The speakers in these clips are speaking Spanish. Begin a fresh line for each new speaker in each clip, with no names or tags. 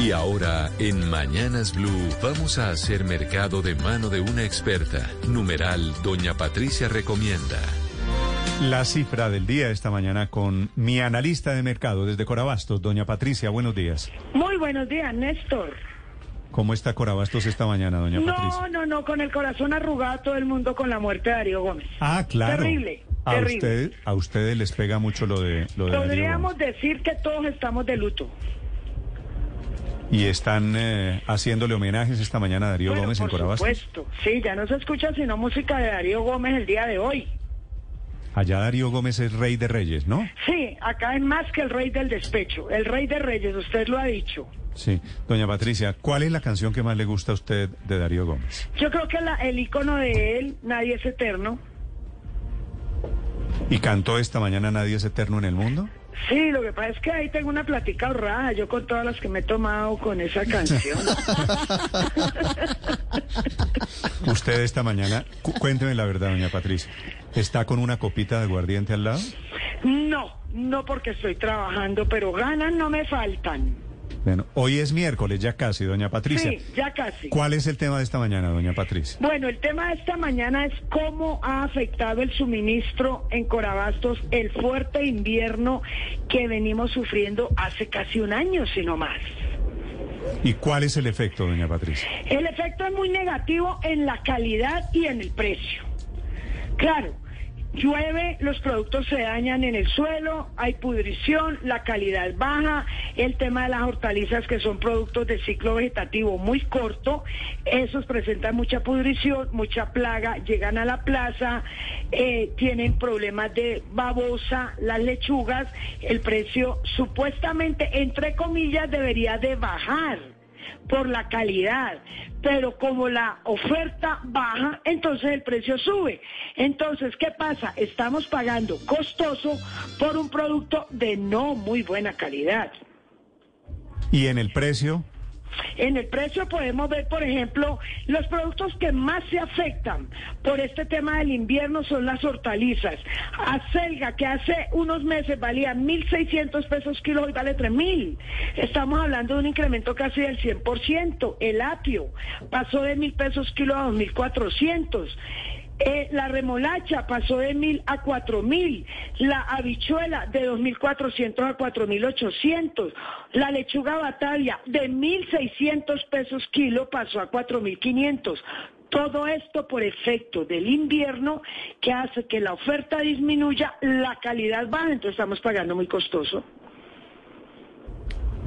Y ahora, en Mañanas Blue, vamos a hacer mercado de mano de una experta. Numeral, doña Patricia recomienda.
La cifra del día esta mañana con mi analista de mercado desde Corabastos, doña Patricia, buenos días.
Muy buenos días, Néstor.
¿Cómo está Corabastos esta mañana, doña
No,
Patricia?
no, no, con el corazón arrugado todo el mundo con la muerte de Darío Gómez.
Ah, claro.
Terrible,
A
terrible.
usted, a ustedes les pega mucho lo de lo de Darío
Podríamos
Gómez.
decir que todos estamos de luto.
y están eh, haciéndole homenajes esta mañana a Darío
Bueno,
Gómez en
por
Corabastos.
supuesto. Sí, ya no se escucha sino música de Darío Gómez el día de hoy.
Allá Darío Gómez es rey de reyes, ¿no?
Sí, acá es más que el rey del despecho, el rey de reyes, usted lo ha dicho.
Sí, doña Patricia, ¿cuál es la canción que más le gusta a usted de Darío Gómez?
Yo creo que la- el icono de él, nadie es eterno.
¿Y cantó esta mañana Nadie es eterno en el mundo?
Sí, lo que pasa es que ahí tengo una platica ahorrada, yo con todas las que me he tomado con esa canción.
Usted esta mañana, cu- cuénteme la verdad, doña Patricia, ¿está con una copita de aguardiente al lado?
No, no porque estoy trabajando, pero ganas no me faltan.
Bueno, hoy es miércoles, ya casi, doña Patricia.
Sí, ya casi.
¿Cuál es el tema de esta mañana, doña Patricia?
Bueno, el tema de esta mañana es cómo ha afectado el suministro en Corabastos el fuerte invierno que venimos sufriendo hace casi un año, si no más.
¿Y cuál es el efecto, doña Patricia?
El efecto es muy negativo en la calidad y en el precio. Claro, llueve, los productos se dañan en el suelo, hay pudrición, la calidad baja, el tema de las hortalizas que son productos de ciclo vegetativo muy corto, esos presentan mucha pudrición, mucha plaga, llegan a la plaza, eh, tienen problemas de babosa, las lechugas, el precio supuestamente, entre comillas, debería de bajar por la calidad, pero como la oferta baja, entonces el precio sube. Entonces, ¿qué pasa? Estamos pagando costoso por un producto de no muy buena calidad.
¿Y en el precio?
En el precio podemos ver, por ejemplo, los productos que más se afectan por este tema del invierno son las hortalizas. Acelga, que hace unos meses valía 1.600 pesos kilo, hoy vale 3.000. Estamos hablando de un incremento casi del 100%. El apio pasó de 1.000 pesos kilo a 2.400. Eh, la remolacha pasó de 1.000 a 4.000, la habichuela de 2.400 a 4.800, la lechuga batalla de 1.600 pesos kilo pasó a 4.500. Todo esto por efecto del invierno que hace que la oferta disminuya, la calidad baja, entonces estamos pagando muy costoso.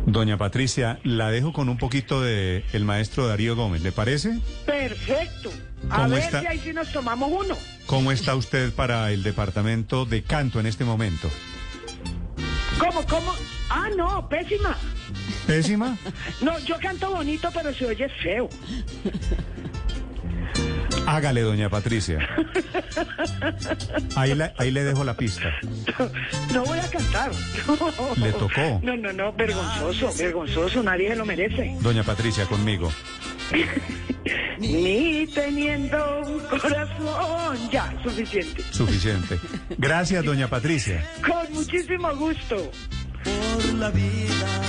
Doña Patricia, la dejo con un poquito de el maestro Darío Gómez, ¿le parece?
Perfecto. A
¿Cómo
ver
está?
si ahí sí nos tomamos uno.
¿Cómo está usted para el departamento de canto en este momento?
¿Cómo, cómo? Ah, no, pésima.
¿Pésima?
No, yo canto bonito, pero se oye feo.
Hágale, doña Patricia. Ahí, la- ahí le dejo la pista.
No voy a cantar.
Le tocó.
No, no, no, vergonzoso, vergonzoso, nadie se lo merece.
Doña Patricia, conmigo.
Ni teniendo un corazón, ya, suficiente.
Suficiente. Gracias, doña Patricia.
Con muchísimo gusto.
por la vida.